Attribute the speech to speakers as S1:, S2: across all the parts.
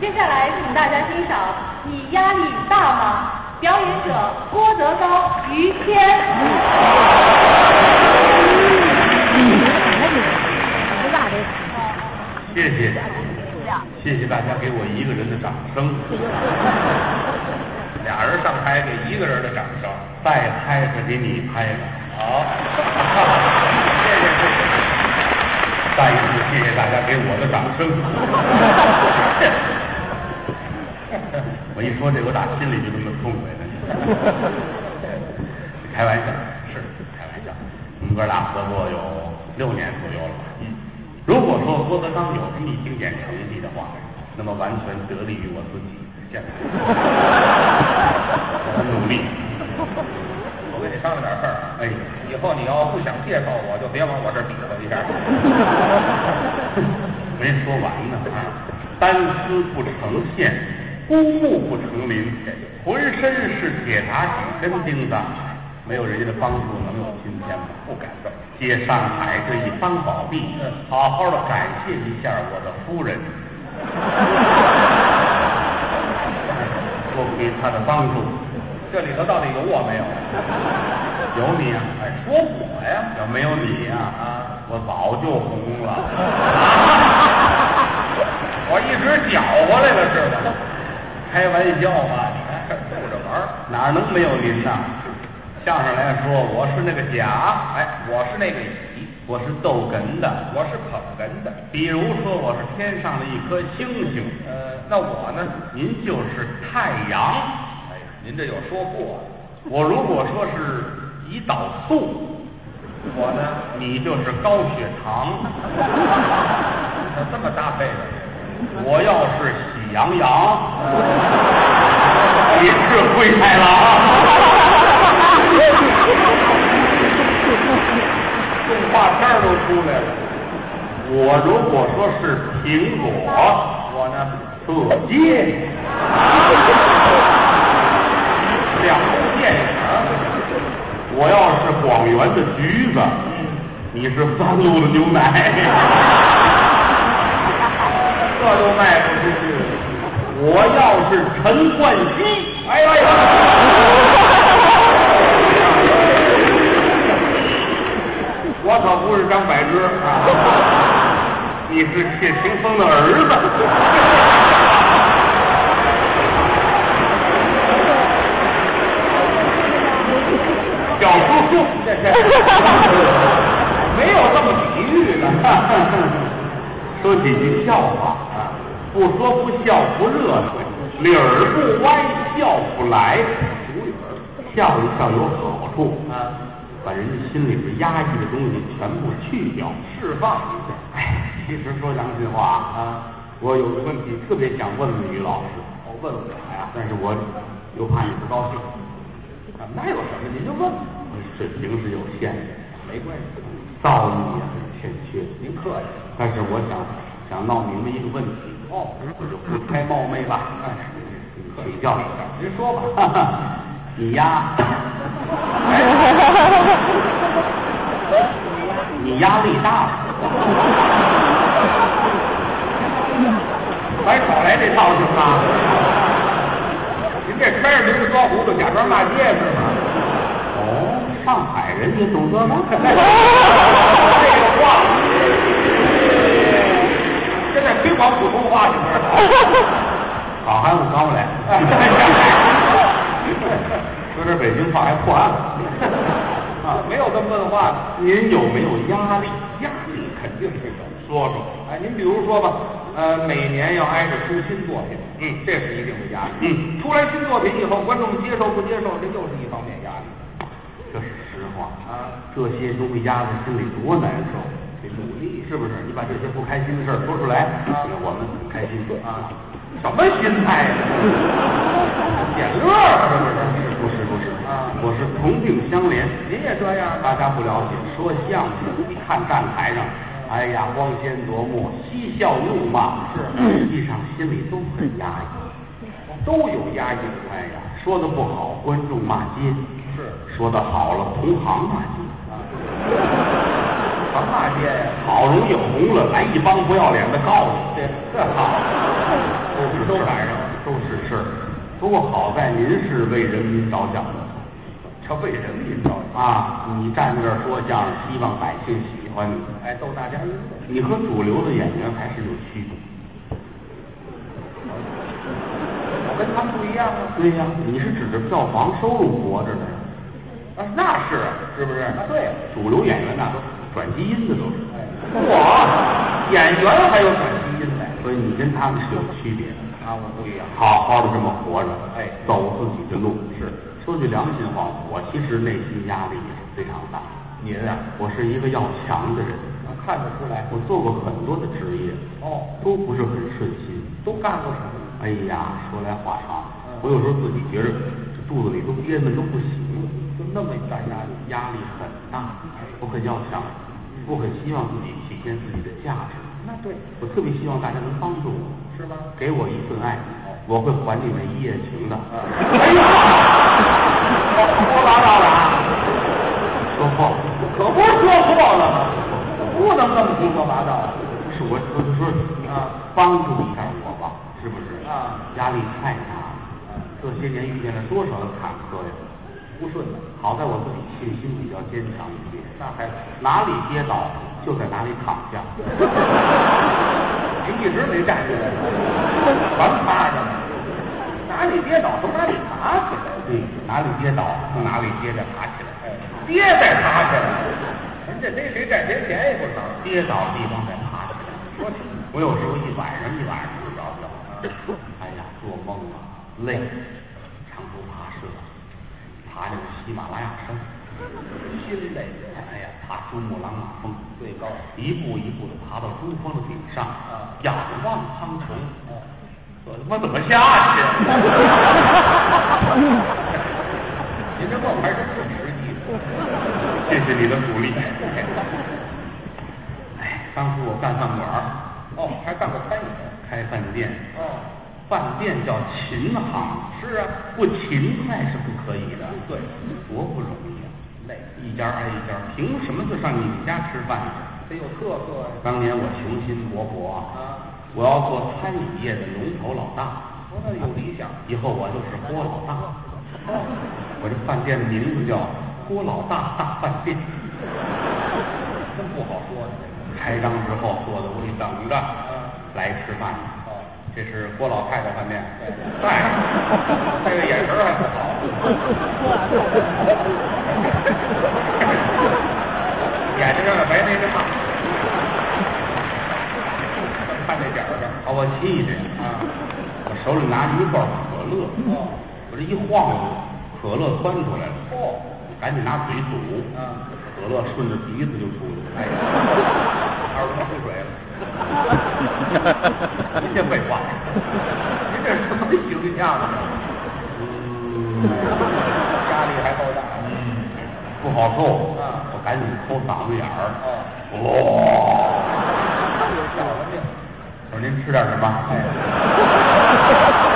S1: 接下来，请大家欣赏《你压力大吗》，表演者郭德纲、于谦。
S2: 谢谢，谢谢大家给我一个人的掌声。俩人上台给一个人的掌声，再拍是给你拍的。好，谢谢谢谢。再一次谢谢大家给我的掌声。 我一说这，我打心里就这么痛快呢。开玩笑，是开玩笑。我们哥俩合作有六年左右了吧？嗯。如果说郭德纲有这么一丁点成绩的话，那么完全得力于我自己。现在 我很努力。
S3: 我跟你商量点事儿啊，
S2: 哎，
S3: 以后你要不想介绍我，就别往我这儿比划一下。
S2: 没说完呢啊！单丝不成线，孤木不成林，浑身是铁打几根钉子，没有人家的帮助能有今天吗？不敢当。接上海这一方宝币，
S3: 嗯
S2: 好好的感谢一下我的夫 人，多亏她的帮助，
S3: 这里头到底有我没有？
S2: 有你啊！
S3: 哎，说我呀，
S2: 要没有你呀、啊，我早就红了。
S3: 我一直搅和来了似的。
S2: 开玩笑啊，你看
S3: 哎，逗着玩儿，
S2: 哪能没有您呐？相声来说，我是那个甲，哎，
S3: 哎，我是那个乙，
S2: 我是逗哏的。
S3: 我是捧哏的。
S2: 比如说，我是天上的一颗星星，
S3: 呃，那我呢？
S2: 您就是太阳。
S3: 哎呀，您这有说啊过。
S2: 我如果说是胰岛素，
S3: 我呢，
S2: 你就是高血糖。
S3: 怎么这么搭配的？
S2: 我要是喜羊羊，你是灰太狼。动画片儿都出来了。我如果说是苹果，我呢，特接 两部电影儿。我要是广元的橘子，你是三鹿的牛奶。这都卖不出去。我要是陈冠希，哎呦哎呦，我可不是张柏芝啊，你是谢霆锋的儿子。小叔叔，这是。
S3: 没有这么体育的。
S2: 说几句笑话啊，不说不笑不热闹，理儿不歪笑不来，笑一笑有好处
S3: 啊，
S2: 把人家心里边压抑的东西全部去掉，释放一下。哎，其实说良心话啊，我有个问题特别想问问于老师，我问问他呀，但是我又怕你不高兴，
S3: 啊那有什么？您就问吧，
S2: 水平是有限的，
S3: 没关系。
S2: 造诣也很欠缺。
S3: 您客气。
S2: 但是我想想闹明白一个问题，
S3: 哦
S2: 我就不太冒昧了，哎，请教一下，
S3: 您说吧。
S2: 你呀，你压力大 吗？
S3: 白跑来这套是吗？您这穿着驴子装糊涂，假装骂街是吗？
S2: 哦，上海人也懂得吗？
S3: 这个话，现在推广普通话是不是？
S2: 好汉不高来，说点北京话还破案了。
S3: 啊，没有这么问话的。
S2: 您有没有压力？
S3: 压力肯定是有。
S2: 说说。
S3: 哎，您比如说吧，呃，每年要挨着出新作品，
S2: 嗯
S3: 这是一定的压力。
S2: 嗯
S3: 出来新作品以后，观众接受不接受，这又是一方面压力。
S2: 这是实话
S3: 啊，
S2: 这些东西压在心里多难受，得努力，是不是？你把这些不开心的事儿说出来，
S3: 啊
S2: 我们很开心
S3: 啊，
S2: 什么心态呀？
S3: 捡乐儿是不是？
S2: 不是不是
S3: 啊
S2: 我是同病相怜。
S3: 您也这样吧。
S2: 大家不了解，说相声，一看站台上，哎呀，光鲜夺目，嬉笑怒骂，
S3: 是
S2: 实际上心里都很压抑，都有压抑的。哎呀，说的不好，观众骂街；
S3: 是
S2: 说的好了，同行骂街。啊
S3: 什么骂街呀？
S2: 好容易红了，来一帮不要脸的告你，
S3: 这这好，
S2: 都是
S3: 都
S2: 不过好在您是为人民着想的
S3: 这为人民着想，
S2: 啊！你站在这儿说相声，希望百姓喜欢你，
S3: 哎，逗大家娱乐。
S2: 你和主流的演员还是有区别。
S3: 我跟他们不一样啊。
S2: 对呀、你是指着票房收入活着的呀，
S3: 啊，那是是不是？啊，对呀、哎
S2: 主流演员那都转基因的都是。
S3: 我演员还有转基因的
S2: 所以你跟他们是有区别的。
S3: 啊，我不一样。
S2: 好好的这么活着，
S3: 哎
S2: 走自己的路。是，说句良心话，我其实内心压力也是非常大。
S3: 您啊，
S2: 我是一个要强的人，
S3: 啊看得出来
S2: 我做过很多的职业，
S3: 哦，
S2: 都不是很顺心。
S3: 都干过什么？
S2: 哎呀，说来话长
S3: 嗯，
S2: 我有时候自己觉得这肚子里都憋闷都不行，
S3: 就那么一大压力。
S2: 压力很大，我很要强，我很希望自己体现自己的价值，
S3: 那对，
S2: 我特别希望大家能帮助我。
S3: 是吧？
S2: 给我一份爱，我会还你们一夜情的。
S3: 哎呀，胡说八道了啊！
S2: 说错了，
S3: 可不是说错了吗？不能这么胡说八道。
S2: 不是我，我就说你
S3: 啊
S2: 帮助一下我吧，是不是？
S3: 啊，
S2: 压力太大了，这些年遇见了多少的坎坷呀！
S3: 不顺的，
S2: 好在我自己信心比较坚强一些，
S3: 那还好。
S2: 哪里跌倒就在哪里躺下。
S3: 您一直没站起来， 全趴着呢。哪里跌倒从哪里爬起来，
S2: 对，嗯哪里跌倒从哪里接着爬起来。
S3: 哎跌再爬起来。您这谁谁占谁便宜不成？
S2: 跌倒的地方再爬起来。
S3: 说
S2: 我有时候一晚上一晚上睡不着觉，哎呀，做梦啊，累，长途跋涉，爬那个喜马拉雅山，
S3: 心累，
S2: 哎呀，爬珠穆朗玛峰，
S3: 最高
S2: 一步一步的爬到珠峰的顶上，
S3: 啊
S2: 仰望苍穹，
S3: 哦
S2: 我他妈怎么下去？啊
S3: 您这梦还真是实际的。
S2: 谢谢你的鼓励。哎，当初我干饭馆儿，
S3: 哦，还干过餐饮。
S2: 开饭店，
S3: 哦，
S2: 饭店叫琴行，
S3: 是啊，
S2: 不勤快是不可以的。
S3: 对，
S2: 多不容易啊！
S3: 累，
S2: 一家挨一家，凭什么就上你们家吃饭去？
S3: 得有特色呀。
S2: 当年我雄心勃勃啊，
S3: 啊，
S2: 我要做餐饮业的龙头老大，
S3: 说那有理想。
S2: 以后我就是郭老大。
S3: 哦
S2: 我这饭店名字叫郭老大大饭店，
S3: 真不好说呢。
S2: 开张之后坐在屋里等着
S3: 啊
S2: 来吃饭。
S3: 哦，
S2: 这是郭老太太饭店，
S3: 带上，哎这个眼神还不好。眼睛上面白那个大，看这点儿上
S2: 把我气的呀！
S3: 啊。
S2: 我手里拿着一罐可乐，
S3: 哦
S2: 我这一晃悠，可乐窜出来了，
S3: 哦，
S2: 赶紧拿嘴堵，
S3: 啊，
S2: 可乐顺着鼻子就出去
S3: 哎
S2: 了。
S3: 呀，二十出 水了，
S2: 您这 废话，
S3: 您这什么形象啊？
S2: 嗯，
S3: 压力还够大。
S2: 不好受，
S3: 啊
S2: 我赶紧抠嗓子眼儿，
S3: 哦，
S2: 哇！
S3: 小文静，
S2: 我说您吃点什么？
S3: 哎，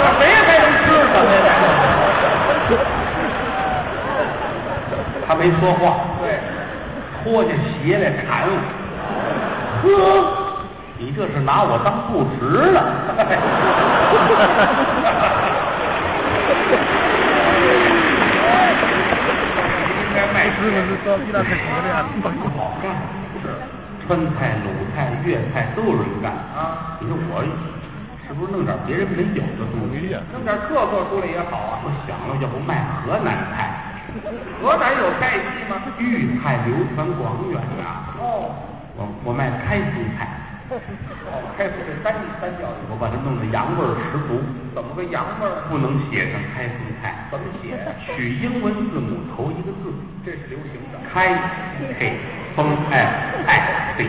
S3: 这谁还能吃什么呀？
S2: 他没说话，
S3: 对，
S2: 脱下鞋来砍我，呵，你这是拿我当布什了？
S3: 应该卖吃的是高级的。
S2: 不好
S3: 啊
S2: 干，是川菜、鲁菜、粤菜都有人干
S3: 啊。
S2: 你说我是不是弄点别人没有的东西？
S3: 弄点特色出来也好啊。
S2: 我想了，要不卖河南菜，
S3: 河南有菜系吗？
S2: 豫菜流传广远啊。
S3: 哦，
S2: 我我卖开心菜，
S3: 哦，开始这三三教育，
S2: 我把它弄得洋味儿十足，
S3: 怎么个洋味儿？
S2: 不能写上开心菜，
S3: 怎么写？
S2: 取英文字母头一个字。
S3: 这是流行的。
S2: 开嘿风哎哎嘿，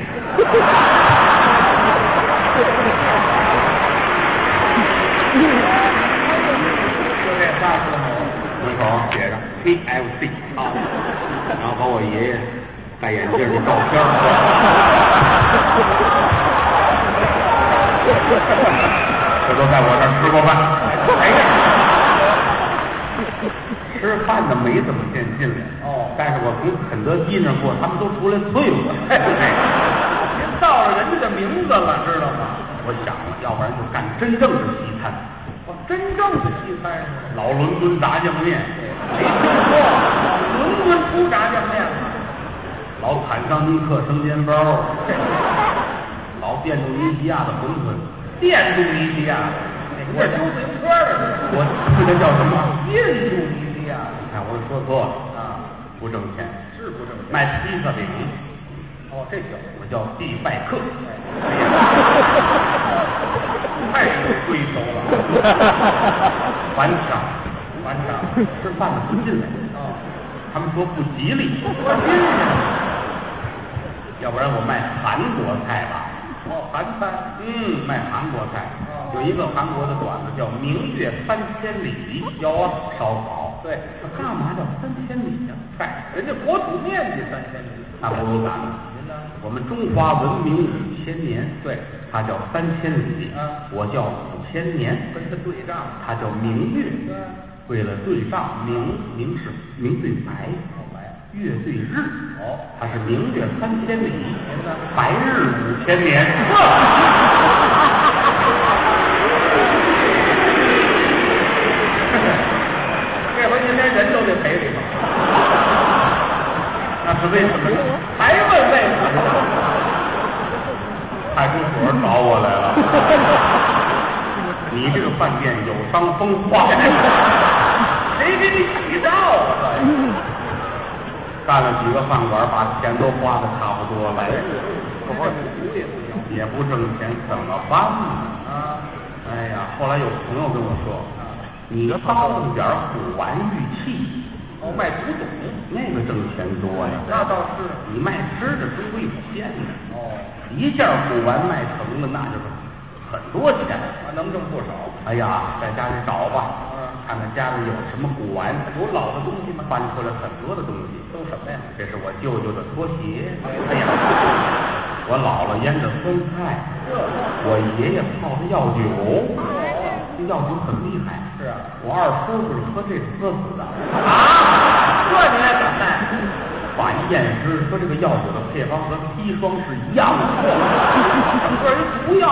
S3: 就这仨字母，
S2: 门口写着 K F C 啊，然后把我爷爷戴眼镜的照片儿，这都在我这儿吃过饭。哎呀，吃饭的没怎么见进来
S3: 哦
S2: 但是我从肯德基那儿过，他们都出来啐我。哎
S3: 您造了人家的名字了，知道吗？
S2: 我想了，要不然就干真正的西餐，
S3: 我真正的西餐是吧
S2: 老伦敦炸酱面，
S3: 没听说，伦敦出炸酱面了，
S2: 老坦桑尼克生煎包，老电动尼西亚的馄饨，电动尼西亚的，
S3: 你这修自行车的，
S2: 我这叫什么？
S3: 印度尼西亚
S2: 哎，我说错了，
S3: 啊，
S2: 不挣钱，
S3: 是不正确。
S2: 卖披萨饼，
S3: 哦，这行，
S2: 我叫必拜客，太
S3: 太
S2: 有
S3: 有
S2: 追
S3: 贵
S2: 求了，晚场，晚场吃饭的不进来，
S3: 哦，
S2: 他们说不吉利，
S3: 多新鲜！
S2: 要不然我卖韩国菜吧。
S3: 哦，韩餐，
S2: 嗯，卖韩国菜
S3: 哦，
S2: 有一个韩国的馆子叫“明月三千里”，有啊，烧烤。
S3: 对
S2: 那干嘛叫三千里呀？
S3: 嗨，人家国土面积三千里，
S2: 那不如咱们，
S3: 您呢？
S2: 我们中华文明五千年，
S3: 对，
S2: 它叫三千里，
S3: 啊
S2: 我叫五千年，
S3: 跟他对账，
S2: 它叫明月。
S3: 对
S2: 为了对仗，明明是明对白，
S3: 好白。
S2: 月对日，
S3: 哦，
S2: 它是明月三千里，
S3: 您呢？
S2: 白日五千 年。
S3: 这回您连人都得赔礼了，
S2: 那是为什么呢？
S3: 还问为什么？
S2: 派出所找我来 了。你这个饭店有伤风化，
S3: 谁给你起照啊？
S2: 干了几个饭馆，把钱都花的差不多了，
S3: 这不服也不行
S2: 也不挣钱，怎么办呢？
S3: 啊！
S2: 哎呀，后来有朋友跟我说，你倒弄点古玩玉器，
S3: 哦，卖古董，
S2: 那个挣钱多呀。
S3: 那倒是。
S2: 你卖吃的终归有限的，
S3: 哦，
S2: 一件古玩卖成了，那就是很多钱。
S3: 啊，能挣不少。
S2: 哎呀，在家里找吧，
S3: 嗯
S2: 看看家里有什么古玩，有老的东西吗？翻出来很多的东西。
S3: 都什么呀？
S2: 这是我舅舅的拖鞋，
S3: 哎
S2: 呀，我姥姥腌的酸菜，
S3: 这
S2: 我爷爷泡的药酒，这药酒很厉害。
S3: 是啊。
S2: 我二叔是喝这个喝死的，
S3: 啊，这你也敢 卖？
S2: 法医验尸说这个药酒的配方和砒霜是一样的，整 个人不要，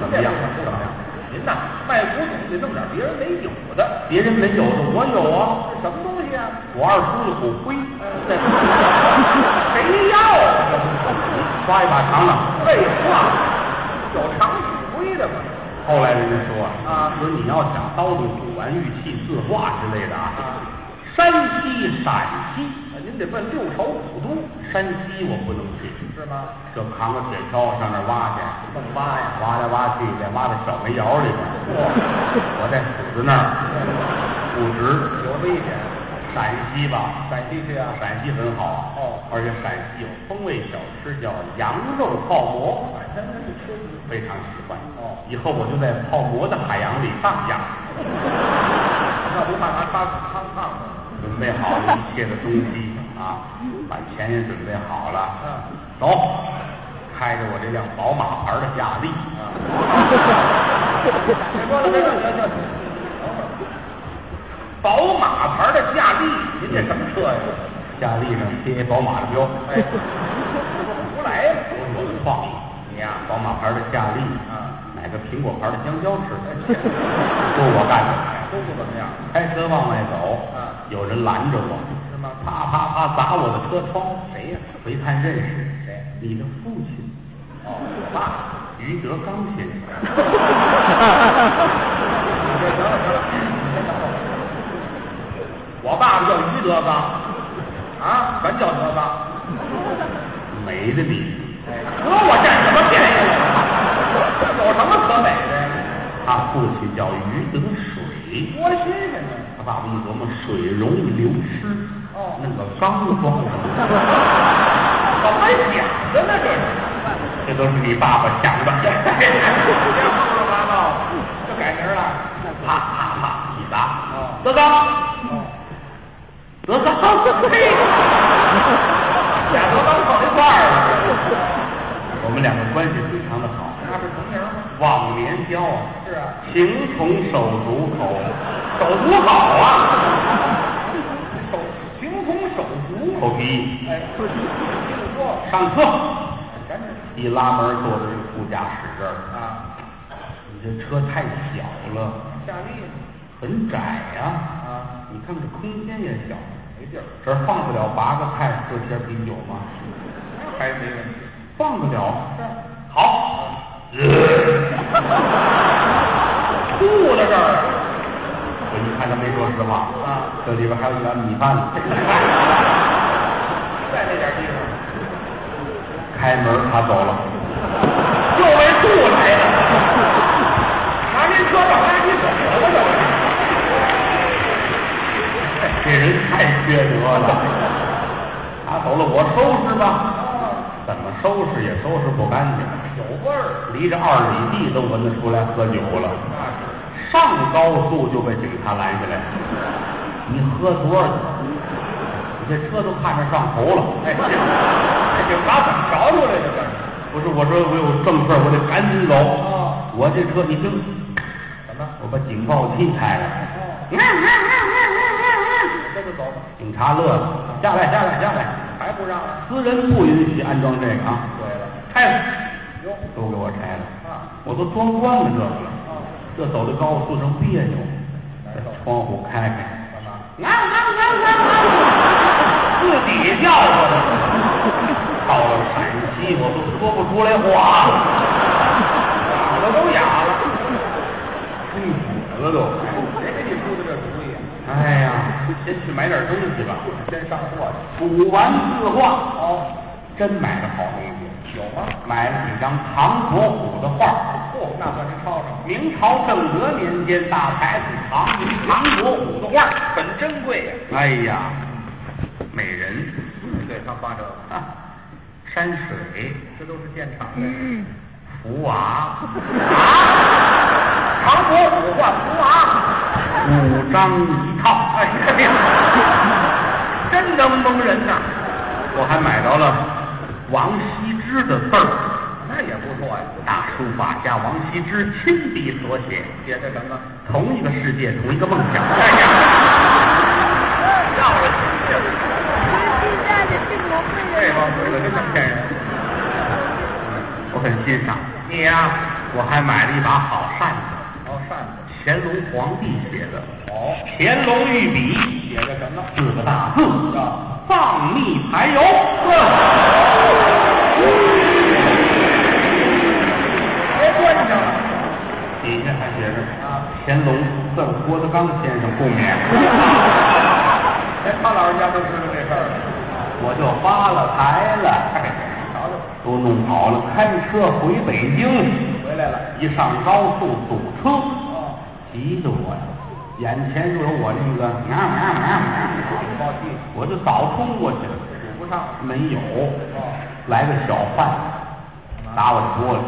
S2: 怎么样？怎么样？
S3: 您呐，卖古董得弄点别人没有的，
S2: 别人没有的我有啊，
S3: 是什么东西啊？
S2: 我二叔的骨灰，
S3: 谁要啊？
S2: 抓一把尝尝。
S3: 废话，有长骨灰的吗？
S2: 后来人家说
S3: 啊
S2: 说你要想叨叨古玩玉器、字画之类的啊，
S3: 啊，
S2: 山西、陕西，
S3: 您得问六朝古都
S2: 山西我不能去，
S3: 是吗？
S2: 这扛个铁锹上那儿挖去，
S3: 怎么挖呀？
S2: 挖来挖去，得挖到小煤窑里边儿。
S3: 哦
S2: 我在死子那儿不值，
S3: 有危险，
S2: 陕西吧，
S3: 陕西去啊？
S2: 陕西很好啊
S3: 哦
S2: 而且陕西有风味小吃叫羊肉泡馍，
S3: 反正哎那是吃
S2: 非常喜欢。
S3: 哦
S2: 以后我就在泡馍的海洋里荡漾。
S3: 那不怕他他他烫吗？
S2: 准备好一切的东西啊，把钱也准备好了，
S3: 啊
S2: 走，开着我这辆宝马牌的雅力，
S3: 啊！别说了，别说了，行行行，
S2: 宝马牌的雅力，
S3: 您这什么车呀？
S2: 雅力上贴宝马的标，哎
S3: 哎，胡来呀！
S2: 我说我放你呀，宝马牌的雅力
S3: 啊，
S2: 买个苹果牌的香蕉吃，都是我干的，
S3: 都不怎么样，
S2: 开车往外走
S3: 啊，
S2: 有人拦着我，
S3: 是吗？
S2: 啪啪啪砸我的车窗，
S3: 谁呀？
S2: 我一看认识，
S3: 谁？
S2: 你的父亲。
S3: 哦，
S2: 爸，于德刚先生，
S3: 这行了行了，
S2: 我爸爸叫于德刚，
S3: 啊，咱叫德刚。
S2: 美的你，
S3: 哎，和我占什么便宜啊？有什么可美的呀？
S2: 他父亲叫于德水，
S3: 多新鲜呢！
S2: 他爸爸一琢磨，水容易流失，
S3: 哦
S2: 弄个缸装上，
S3: 怎么想的呢？这是
S2: 这都是你爸爸想的，
S3: 别胡说八道，就改名了。
S2: 啪啪啪一砸
S3: 哦，
S2: 德刚，
S3: 哦，
S2: 德刚，嘿，
S3: 俩德刚放一块儿了，
S2: 我们两个关系非常的好，
S3: 那是重名吗？
S2: 忘年交啊，
S3: 是啊，
S2: 情同手足口，
S3: 手足好啊，手形同手足。
S2: 口鼻
S3: 哎，听说
S2: 上课。
S3: 赶紧
S2: 一拉门坐在这副驾驶这儿，
S3: 啊，
S2: 你这车太小了，
S3: 下地呢，
S2: 很窄呀、
S3: 啊
S2: 你看这空间也小，
S3: 没地儿，
S2: 这儿放得了八个菜、四瓶啤酒吗？
S3: 还没问题。
S2: 放得了。好，
S3: 吐了这儿，
S2: 我一看他没说实话
S3: 啊，
S2: 这里边还有一碗米饭呢。
S3: 在那点地方，
S2: 开门，他走了。
S3: 就为吐来的。拿您车上垃圾桶了吧？这
S2: 这人太缺德了。他走了，我收拾吧。怎么收拾也收拾不干净，
S3: 不是有味儿，
S2: 离着二里地都闻得出来喝酒了。
S3: 那是
S2: 上高速就被警察拦下来，你喝多了，你这车都看着上头了。哎，
S3: 这警察怎么瞧出来的？这是
S2: 不是，我说我有正事儿，我得赶紧走。
S3: 哦
S2: 我这车，你听，
S3: 怎么？
S2: 我把警报器开了。
S3: 这就走吧，
S2: 警察乐了，下来，下来，下来。
S3: 还不让？
S2: 私人不允许安装这个啊！
S3: 对了，
S2: 拆了，
S3: 哟
S2: 都给我拆了，
S3: 啊，
S2: 我都装惯了这个了，
S3: 哦，
S2: 这走这高速上别扭，把窗户开开，
S3: 干嘛？
S2: 自己叫我的。到了陕西，我都说不出来话了，
S3: 哑了都哑了，
S2: 吹嗯死了都。
S3: 谁给你出的这主意啊？
S2: 哎呀，先去买点东西吧。
S3: 先上货去。
S2: 古玩字画，
S3: 哦，
S2: 真买了好东西，
S3: 有吗？
S2: 买了几张唐伯虎的画。
S3: 嚯、那算是抄上，
S2: 明朝正德年间，大才子唐唐伯虎的画。
S3: 很珍贵呀、
S2: 哎呀，美人
S3: 对，他画这个，
S2: 啊，山水、
S3: 这都是现场的。
S1: 嗯
S2: 福娃、
S3: 啊唐伯虎画图啊，
S2: 五张一套。哎呀，真能蒙人呐！我还买着了王羲之的字儿，
S3: 啊那也不错呀、
S2: 大书法家王羲之亲笔所写，
S3: 写的什么？
S2: 同一个世界，同一个梦想。
S3: 哎呀，让人这
S2: 哎
S3: 这帮鬼子真能骗人。
S2: 我很欣赏。
S3: 你呀、
S2: 我还买了一把好扇子，
S3: 哦，扇子，
S2: 乾隆皇帝写的。
S3: 哦，
S2: 乾隆御笔
S3: 写的什么？
S2: 四个大字
S3: 啊，
S2: 放蜜排油。嗯
S3: 别关上了
S2: 底下还写着
S3: 啊！
S2: 乾隆赠郭德纲先生共勉，
S3: 哎，潘老师家都知道这事儿了。
S2: 我就发了财了，
S3: 瞧瞧，
S2: 都弄好了，开车回北京。
S3: 回来了。
S2: 一上高速堵车，
S3: 哦，
S2: 急得我呀！眼前就有我那个，
S3: 警报器
S2: 我就早冲过去了，
S3: 数不上。
S2: 没有。
S3: 哦，
S2: 来个小贩打我的玻璃，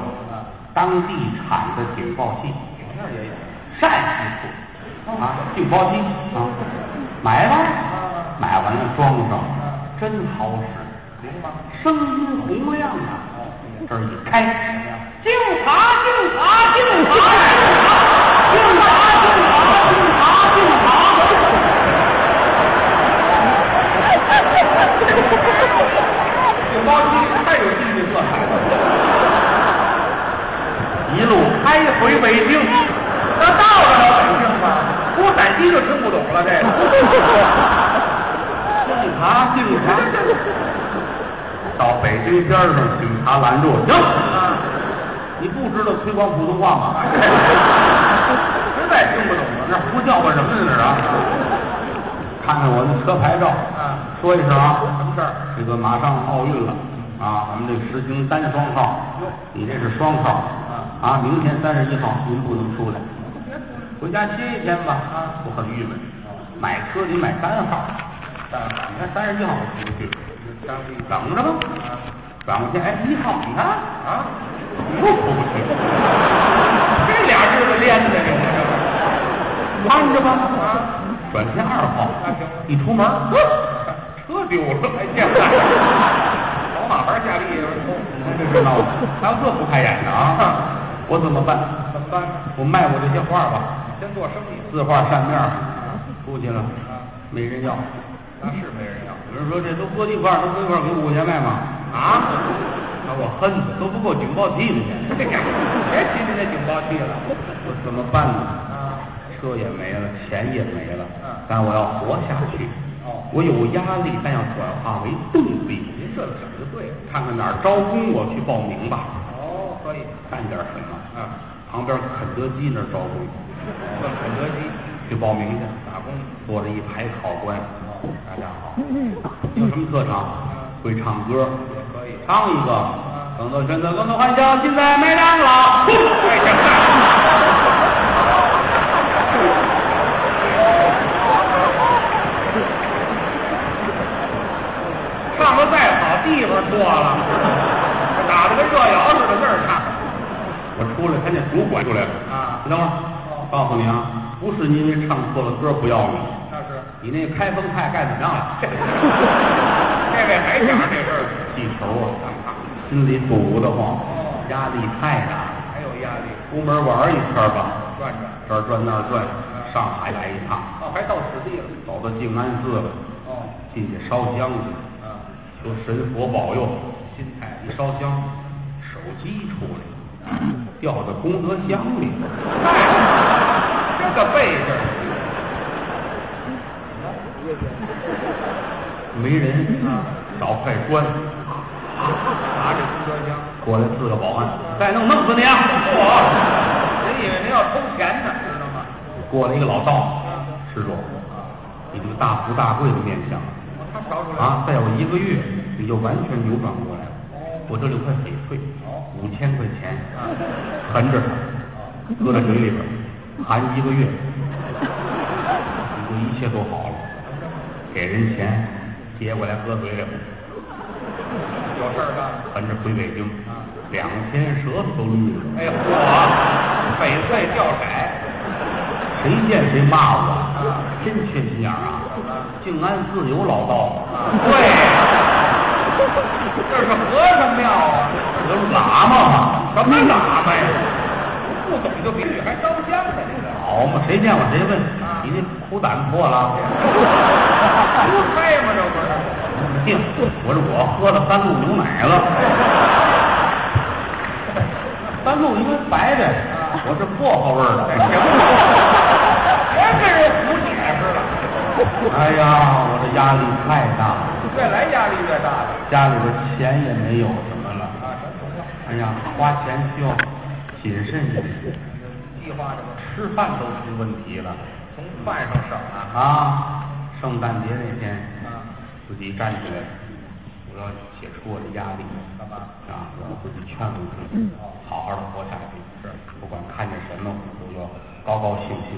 S2: 当地产的警报器，
S3: 你哦们那儿也有。
S2: 陕西出啊，警报器啊，买吧，买完了装上，真好使，
S3: 灵吗？
S2: 声音洪亮啊！
S3: 哦，
S2: 这儿一开，警察，警察，警察，警察，警察，警察，警察，
S3: 警报器太有戏剧色彩了。
S2: 一路开回北京，
S3: 那到得了北京吗？出陕西就听不懂了，这个。
S2: 警察，警察。到北京边儿上，警察拦住我，停！
S3: 啊，
S2: 你不知道推广普通话吗？
S3: 实在听不懂
S2: 我
S3: 了。
S2: 这胡叫唤什么呢？这是啊！看看我的车牌照，
S3: 啊，
S2: 说一声
S3: 什
S2: 啊。
S3: 么事儿？
S2: 这个马上奥运了啊，咱们这个实行单双号，你这是双号啊。明天三十一号您不能出来，回家歇一天吧。啊，我很郁闷，买车得买单号，
S3: 办法，
S2: 你看三十一号我出不去，
S3: 当地
S2: 等着吧。转过去，哎，一号，你看
S3: 啊，
S2: 又出不去。
S3: 这俩日子练的，这个
S2: 看着吧，
S3: 啊，
S2: 转天二号
S3: 那行了，
S2: 一出门，呵车丢了，哎呀，
S3: 老马牌下地也是
S2: 这是闹的，还有这不开眼的啊！我怎么办？
S3: 怎么办？
S2: 我卖我这些画吧，
S3: 先做生意。
S2: 字画扇面儿出去了，没人要。
S3: 那是没人要
S2: 有人说这都搁一块儿，都搁一块儿，给五块钱卖吗？
S3: 啊？
S2: 把我恨的都不够警报器呢。
S3: 别提这警报器了
S2: 我怎么办呢？
S3: 啊！
S2: 车也没了，钱也没了，
S3: 嗯
S2: 但我要活下去。
S3: 哦
S2: 我有压力，但要转化为动力。
S3: 您这想的对。
S2: 看看哪儿招工，我去报名吧，
S3: 哦，可以。
S2: 干点什么。
S3: 啊，
S2: 旁边肯德基那儿招工，
S3: 问肯德基
S2: 去报名去。啊
S3: 打工。
S2: 坐着一排考官，
S3: 哦，大家好。
S2: 有什么特长？会唱歌，
S3: 也可以。
S2: 唱一个。更多选择，更多欢笑，尽在麦当劳。
S3: 唱的再好，地方错了，打的跟热窑似的，那儿唱。
S2: 我出来，看见主管出来了。
S3: 啊
S2: 等会儿，告诉你啊，不是因为唱错了歌不要你，
S3: 那是
S2: 你那开封菜干怎么样了？
S3: 这位还想着这事儿呢，
S2: 记仇啊，心里堵得慌，压力太大了。
S3: 还有压力，
S2: 出门玩一圈吧，
S3: 转转。
S2: 这儿转那儿转，上海来一趟，
S3: 哦，还到此地了。
S2: 走到静安寺了，
S3: 哦，
S2: 进去烧香去，
S3: 啊，
S2: 求神佛保佑。心态一烧香，手机出来 了，掉到功德箱里了。
S3: 这个背劲儿。
S2: 没人，啊找快关，
S3: 拿着公车厢，
S2: 过来四个保安，再弄弄死你啊！
S3: 您以为您要偷钱呢，知道吗？
S2: 过来一个老道，施主，你这个大富大贵的面相
S3: 哦他瞧出来了。
S2: 啊，再有一个月你就完全扭转过来了。我这里有块翡翠，五千块钱，含着它，搁在嘴里边，含一个月，你就一切都好了。给人钱，接过来搁嘴里，
S3: 有事儿干。
S2: 含着回北京，两天舌头都绿了。
S3: 哎嚯，翡翠掉色
S2: 谁见谁骂我，真缺心眼儿啊！静安寺有老道，
S3: 对，这是和尚庙啊，
S2: 有喇嘛，
S3: 什么喇嘛呀？不懂就比你还烧香呢，这个
S2: 好嘛，谁见我谁问
S3: 啊
S2: 你那苦胆破了？
S3: 不开吗？这不是？
S2: 定，我说我喝了三鹿牛奶了，三鹿因为白的，我是薄荷味儿
S3: 哎
S2: 的。
S3: 别跟人胡解释了，
S2: 哎呀，我这压力太大了，
S3: 越来压力越大了
S2: 家里边钱也没有什么了，
S3: 啊！什么情况？
S2: 哎呀，花钱需要谨慎一点。
S3: 计划这个
S2: 吃饭都出问题了
S3: 从饭上省啊
S2: 啊！圣诞节那天，
S3: 啊，
S2: 自己站起来，我要解除我的压力
S3: 干嘛？
S2: 啊！我要自己劝慰自
S3: 嗯
S2: 己，好好的活下去。是，不管看见什么，我都要高高兴兴，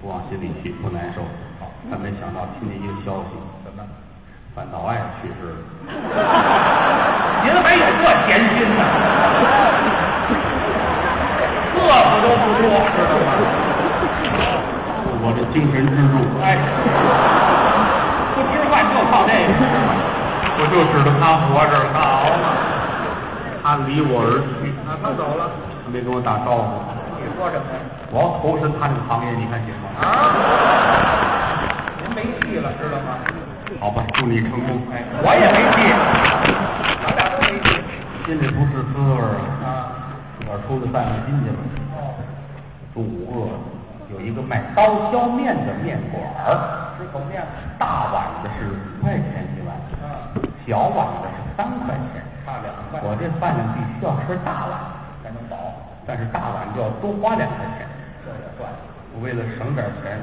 S2: 不往心里去，不难受。但没想到听见一个消息，
S3: 怎么？
S2: 范岛爱去世了。
S3: 您还有这闲心呢？这不都不多，知道吗？
S2: 我这精神支柱，
S3: 哎，不吃饭就靠这个。
S2: 我就知道他活着了。好他离我而去，
S3: 啊，他走了，
S2: 他没跟我打招呼。
S3: 你说什么呀？
S2: 我要投身他这个行业，你看行吗？
S3: 啊？您没戏了，知道吗？
S2: 好吧，祝你成功。哎，
S3: 我也没戏，咱俩都没戏
S2: 心里不是滋味儿啊，
S3: 啊。
S2: 自个儿出去散散心去吧。
S3: 哦，
S2: 中午饿，有一个卖刀削面的面馆儿，
S3: 吃口面
S2: 大碗的是五块钱一碗，
S3: 啊，
S2: 小碗的是三块钱。
S3: 差两块
S2: 我这饭量必须要吃大碗，
S3: 才能饱，
S2: 但是大碗就要多花两块钱。
S3: 这也算。
S2: 我为了省点钱，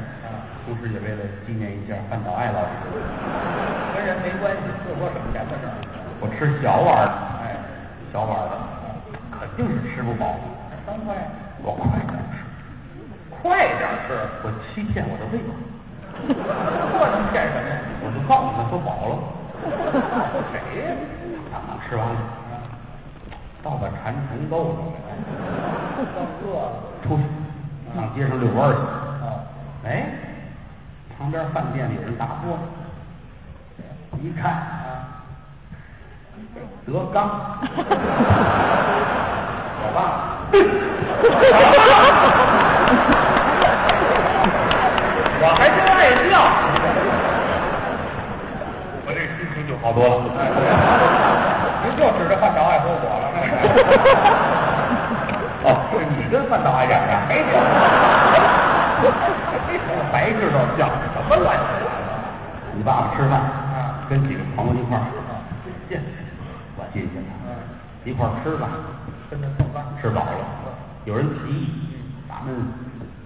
S2: 同时也为了纪念一下范岛爱老师，
S3: 跟人没关系，就说省钱的事儿。
S2: 我吃小碗儿的，
S3: 哎，
S2: 小碗儿的肯定是吃不饱，
S3: 三块，
S2: 我快点吃。
S3: 快点吃。
S2: 我欺骗我的胃口，
S3: 这能干什么呀？
S2: 我就告诉他说饱了，
S3: 谁呀？
S2: 啊吃完了，倒把馋虫豆上来，
S3: 都饿了。
S2: 出去上街上遛弯儿去。
S3: 哦，
S2: 哎，旁边饭店里有人打坐，一看，德 刚，我爸，
S3: 我还真爱笑。
S2: 我这心情就好多了。
S3: 哎您就指着汉朝爱喝我，
S2: 哦，
S3: 你这饭倒还嚷嚷，没有，哎没有，白知道叫什么乱七八糟。
S2: 你爸爸吃饭，
S3: 啊
S2: 跟几个朋友一块儿，
S3: 嗯
S2: 谢谢， 我谢谢他，一块儿吃吧，
S3: 跟着蹭饭，
S2: 吃饱了，有人提议，咱们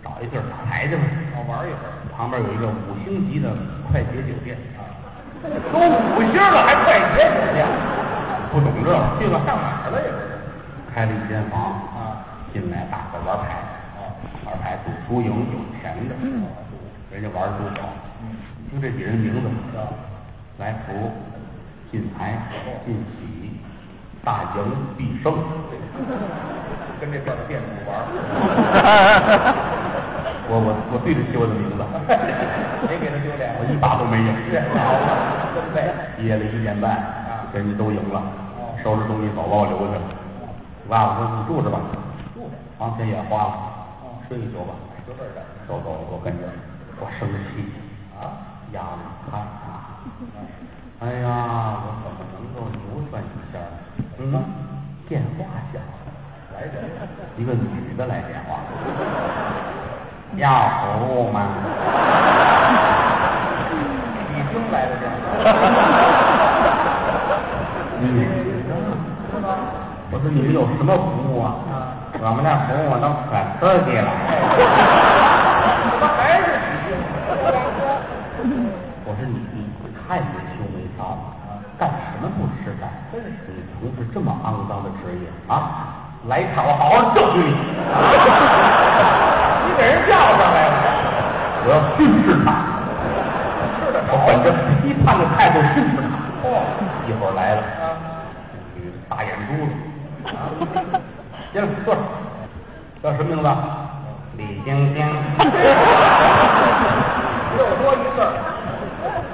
S2: 找一地儿打牌去吧，
S3: 好玩一会儿。
S2: 旁边有一个五星级的快捷酒店，
S3: 都五星了还快捷酒店，
S2: 不懂这个，去吧，
S3: 上哪儿了也是？
S2: 开了一间房
S3: 啊，
S2: 进来大伙玩牌，玩牌赌输赢有钱的，
S3: 嗯
S2: 人家玩儿多好，就这几人名字，来福、进财、进喜、大赢必胜，
S3: 跟这转店主玩儿，
S2: 我我我对得起我的名字，
S3: 没给他丢脸，
S2: 我一把都没赢，
S3: 真背。
S2: 夜里一点半，人家都赢了，收拾东西走吧，我留下了。爸爸说你住着吧，
S3: 住着，
S2: 房钱也花了，睡一宿吧。
S3: 就这儿的
S2: 走走，我跟着，我生气，
S3: 啊，
S2: 压力太大。哎呀，我怎么能够扭转一下呢？嗯，电话响了，
S3: 来人，
S2: 一个女的来电话，嗯要服务吗？
S3: 已经来了这
S2: 女的，我说你们有什么服务啊？我们那服务都可刺激了。
S3: 怎么还是已经？
S2: 我说你你看着胸没着，干什么不吃饭？你从事这么肮脏的职业啊！来一场我好好教训你，
S3: 你给人叫上来了，
S2: 我要训斥他，
S3: 是的
S2: 我本着批判的态度训斥他。
S3: 哦，
S2: 一会儿来了，
S3: 啊，
S2: 女的大眼珠子，啊进来坐，叫什么名字？李晶晶。
S3: 又多一字儿，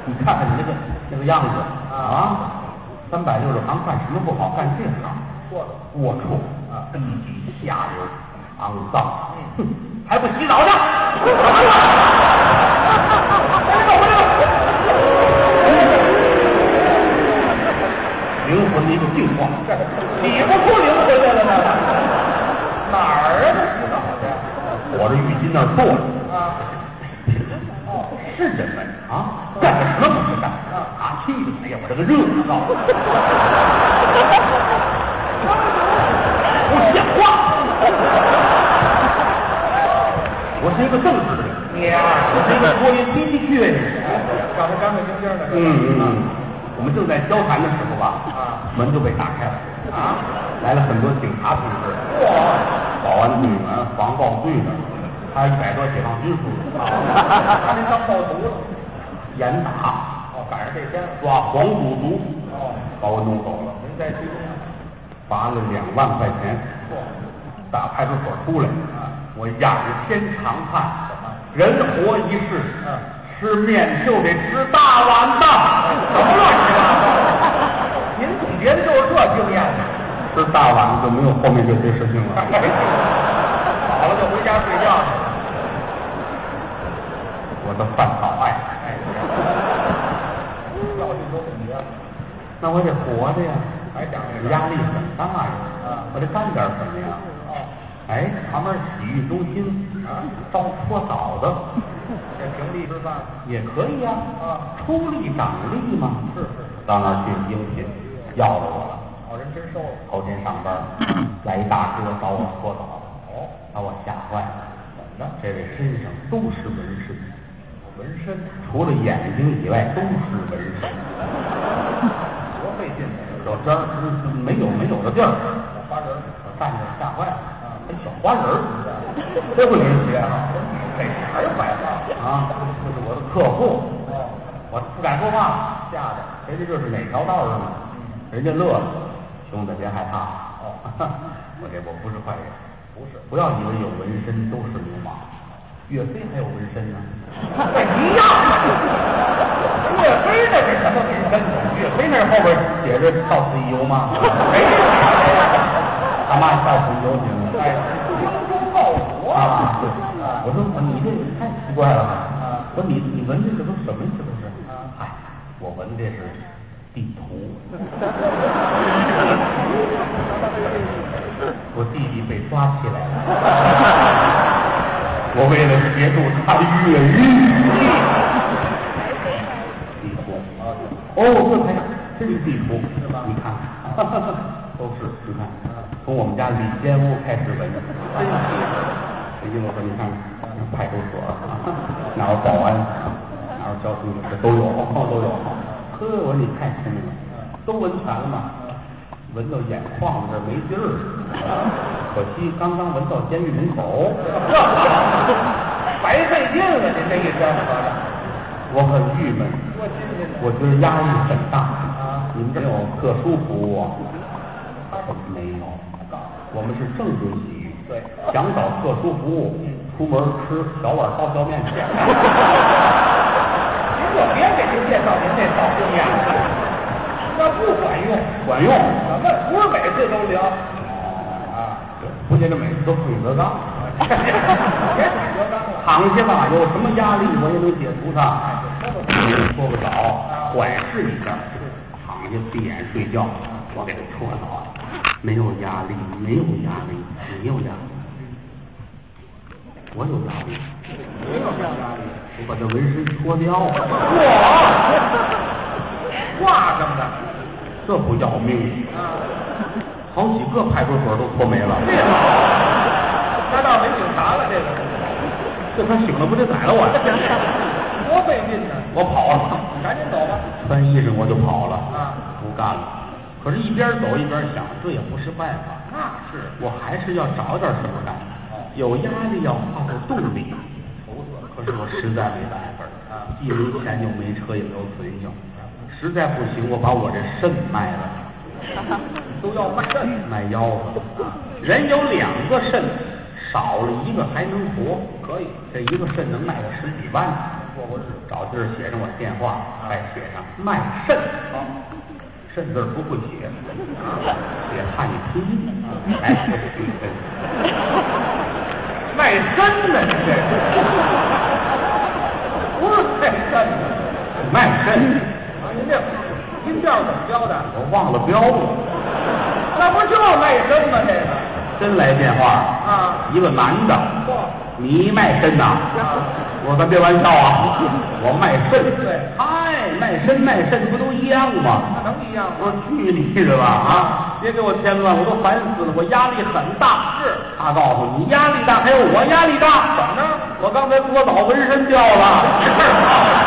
S2: 你看看你那个那个样子啊，三百六十行干什么不好？干这行。
S3: 说的
S2: 龌龊啊，低级下流，肮脏，哼，还不洗澡呢？灵魂的一个净化，
S3: 理不出灵魂来了呢，哪儿啊？这洗澡
S2: 裹着浴巾那儿坐着，
S3: 去啊？
S2: 是人们啊，干什么不是干啊？气的，哎呀，我这个热闹，不像话，我是一个正直的人，
S3: 你呀，
S2: 我是一个多云低气的人。
S3: 长得干干净净的，
S2: 嗯嗯，我们正在交谈的时候吧，
S3: 啊
S2: 门就被打开了，
S3: 啊，
S2: 来了很多警察同志，
S3: 嚯，
S2: 保安队员、防暴队的，还有一百多解放军叔
S3: 他这当暴徒了，
S2: 叔，严打
S3: 哦，赶上这天了，
S2: 抓黄赌毒，
S3: 哦，
S2: 把我弄走了，
S3: 您在其中，
S2: 罚了两万块钱，
S3: 嚯，
S2: 打派出所出来
S3: 啊，
S2: 我仰天长叹
S3: 怎么，
S2: 人活一世，
S3: 嗯
S2: 吃面就得吃大碗 的，什么乱七八糟。
S3: 您总结的就是这经验呢。
S2: 吃大碗就没有后面这些事情了。
S3: 好了就回家睡觉去。
S2: 我的饭好爱，
S3: 哎，教训都总结了，
S2: 那我得活着呀，
S3: 还讲这个
S2: 压力很大呀
S3: 啊，
S2: 我得干点什么呀？
S3: 哦，
S2: 哎，旁边洗浴中心
S3: 啊
S2: 招搓澡的
S3: 这平地吃饭
S2: 也可以呀，
S3: 啊，
S2: 出力长力嘛。
S3: 是是，
S2: 到那儿去应聘，要了我了。
S3: 哦，人真瘦了。
S2: 头天上 班，来一大哥找我搓澡，
S3: 哦，
S2: 把我吓坏了。
S3: 怎么着？
S2: 这位身上都是纹身，
S3: 纹身
S2: 除了眼睛以外都是纹身。
S3: 多费劲呢，
S2: 有这儿没有没有的地儿，
S3: 小花人
S2: 我站着吓坏了，啊跟小花人 儿，这会给人学啊
S3: 哪儿白话？
S2: 啊！这是我的客户，
S3: 哦，
S2: 我不敢说话了，吓得人家这是哪条道上呢？
S3: 嗯
S2: 人家乐了，兄弟别害怕，
S3: 哦
S2: 我这我不是坏人，
S3: 不是，
S2: 不要以为有纹身都是流氓，岳飞还有纹身呢，
S3: 一样。 岳飞那是什么纹身呢？
S2: 岳飞那后边写着“到此一游” 吗？哎
S3: 没有，
S2: 他妈“到此一游”你
S3: 哎，精忠报国
S2: 啊，
S3: 啊！
S2: 对，我说我你这个太奇怪了吧？我说你你纹这个都什么这都是？哎，我纹这是地图。我弟弟被抓起来了，我为了协助他越狱。地图。哦，对，台长，这是地图，是吧？你看， 都是，你看，从我们家里间屋开始闻，真是。哎呦，我说你看，派出所啊，哪有保安，哪有交通警察，都有，都有。呵，我说你太聪明了，都闻全了嘛，
S3: 啊
S2: 闻到眼眶子这儿没劲儿。可惜刚刚闻到监狱门口， 白费劲了，您这一天合着。我很郁闷，我觉得压力很大。你们这有特殊服务啊？没有，我们是正规洗浴。对，想找特殊服务，出门吃小碗刀削面去。
S3: 您可别给您介绍您这老姑娘了，那不管用。
S2: 管用
S3: 怎么不是每次都聊？
S2: 啊，不见得每次都碰得刚。
S3: 别踩多脏了。
S2: 躺下吧，有什么压力我也能解除它。搓个澡，缓释一下，躺下闭眼睡觉，我给他搓澡，没有压力，没有压力，你有压力，我有压力，
S3: 没有这样压力。
S2: 我把这纹身搓掉了，
S3: 我啊挂上的，啊
S2: 这不要命？好几个派出所都搓没了，
S3: 那倒没警察了，这个
S2: 这他醒了不得宰了我？
S3: 多费劲呢。
S2: 我跑了。
S3: 赶紧走吧。
S2: 穿衣裳我就跑了，
S3: 啊
S2: 不干了。可是，一边走一边想，这也不是办法，
S3: 那是
S2: 我还是要找点什么干。有压力要化作动力。可是我实在没办法了，既没钱又没车，也没有存性。实在不行，我把我这肾卖了，
S3: 都要卖肾。
S2: 卖腰子。啊人有两个肾，少了一个还能活，可以。这一个肾能卖个十几万呢。
S3: 我我是
S2: 找地儿写上我的电话，哎，写上卖肾，啊肾字儿不会 写，写汉哎语拼音，哎，这是对的
S3: 卖身呢，你这 是不是卖身呢？
S2: 卖肾，
S3: 啊，您这音调怎么标的？
S2: 我忘了标了。
S3: 那不就是卖身吗？这个
S2: 真来电话
S3: 啊
S2: 一个男的，你卖身呐？我说咱别玩笑啊， 我卖肾。
S3: 对
S2: 嗨，卖身卖肾不都一样吗？
S3: 能一样吗？
S2: 我说去你的吧啊！别给我添乱，我都烦死了，我压力很大。
S3: 是
S2: 他告诉你压力大，还有我压力大。
S3: 怎么着？
S2: 我刚才搓澡纹身掉了。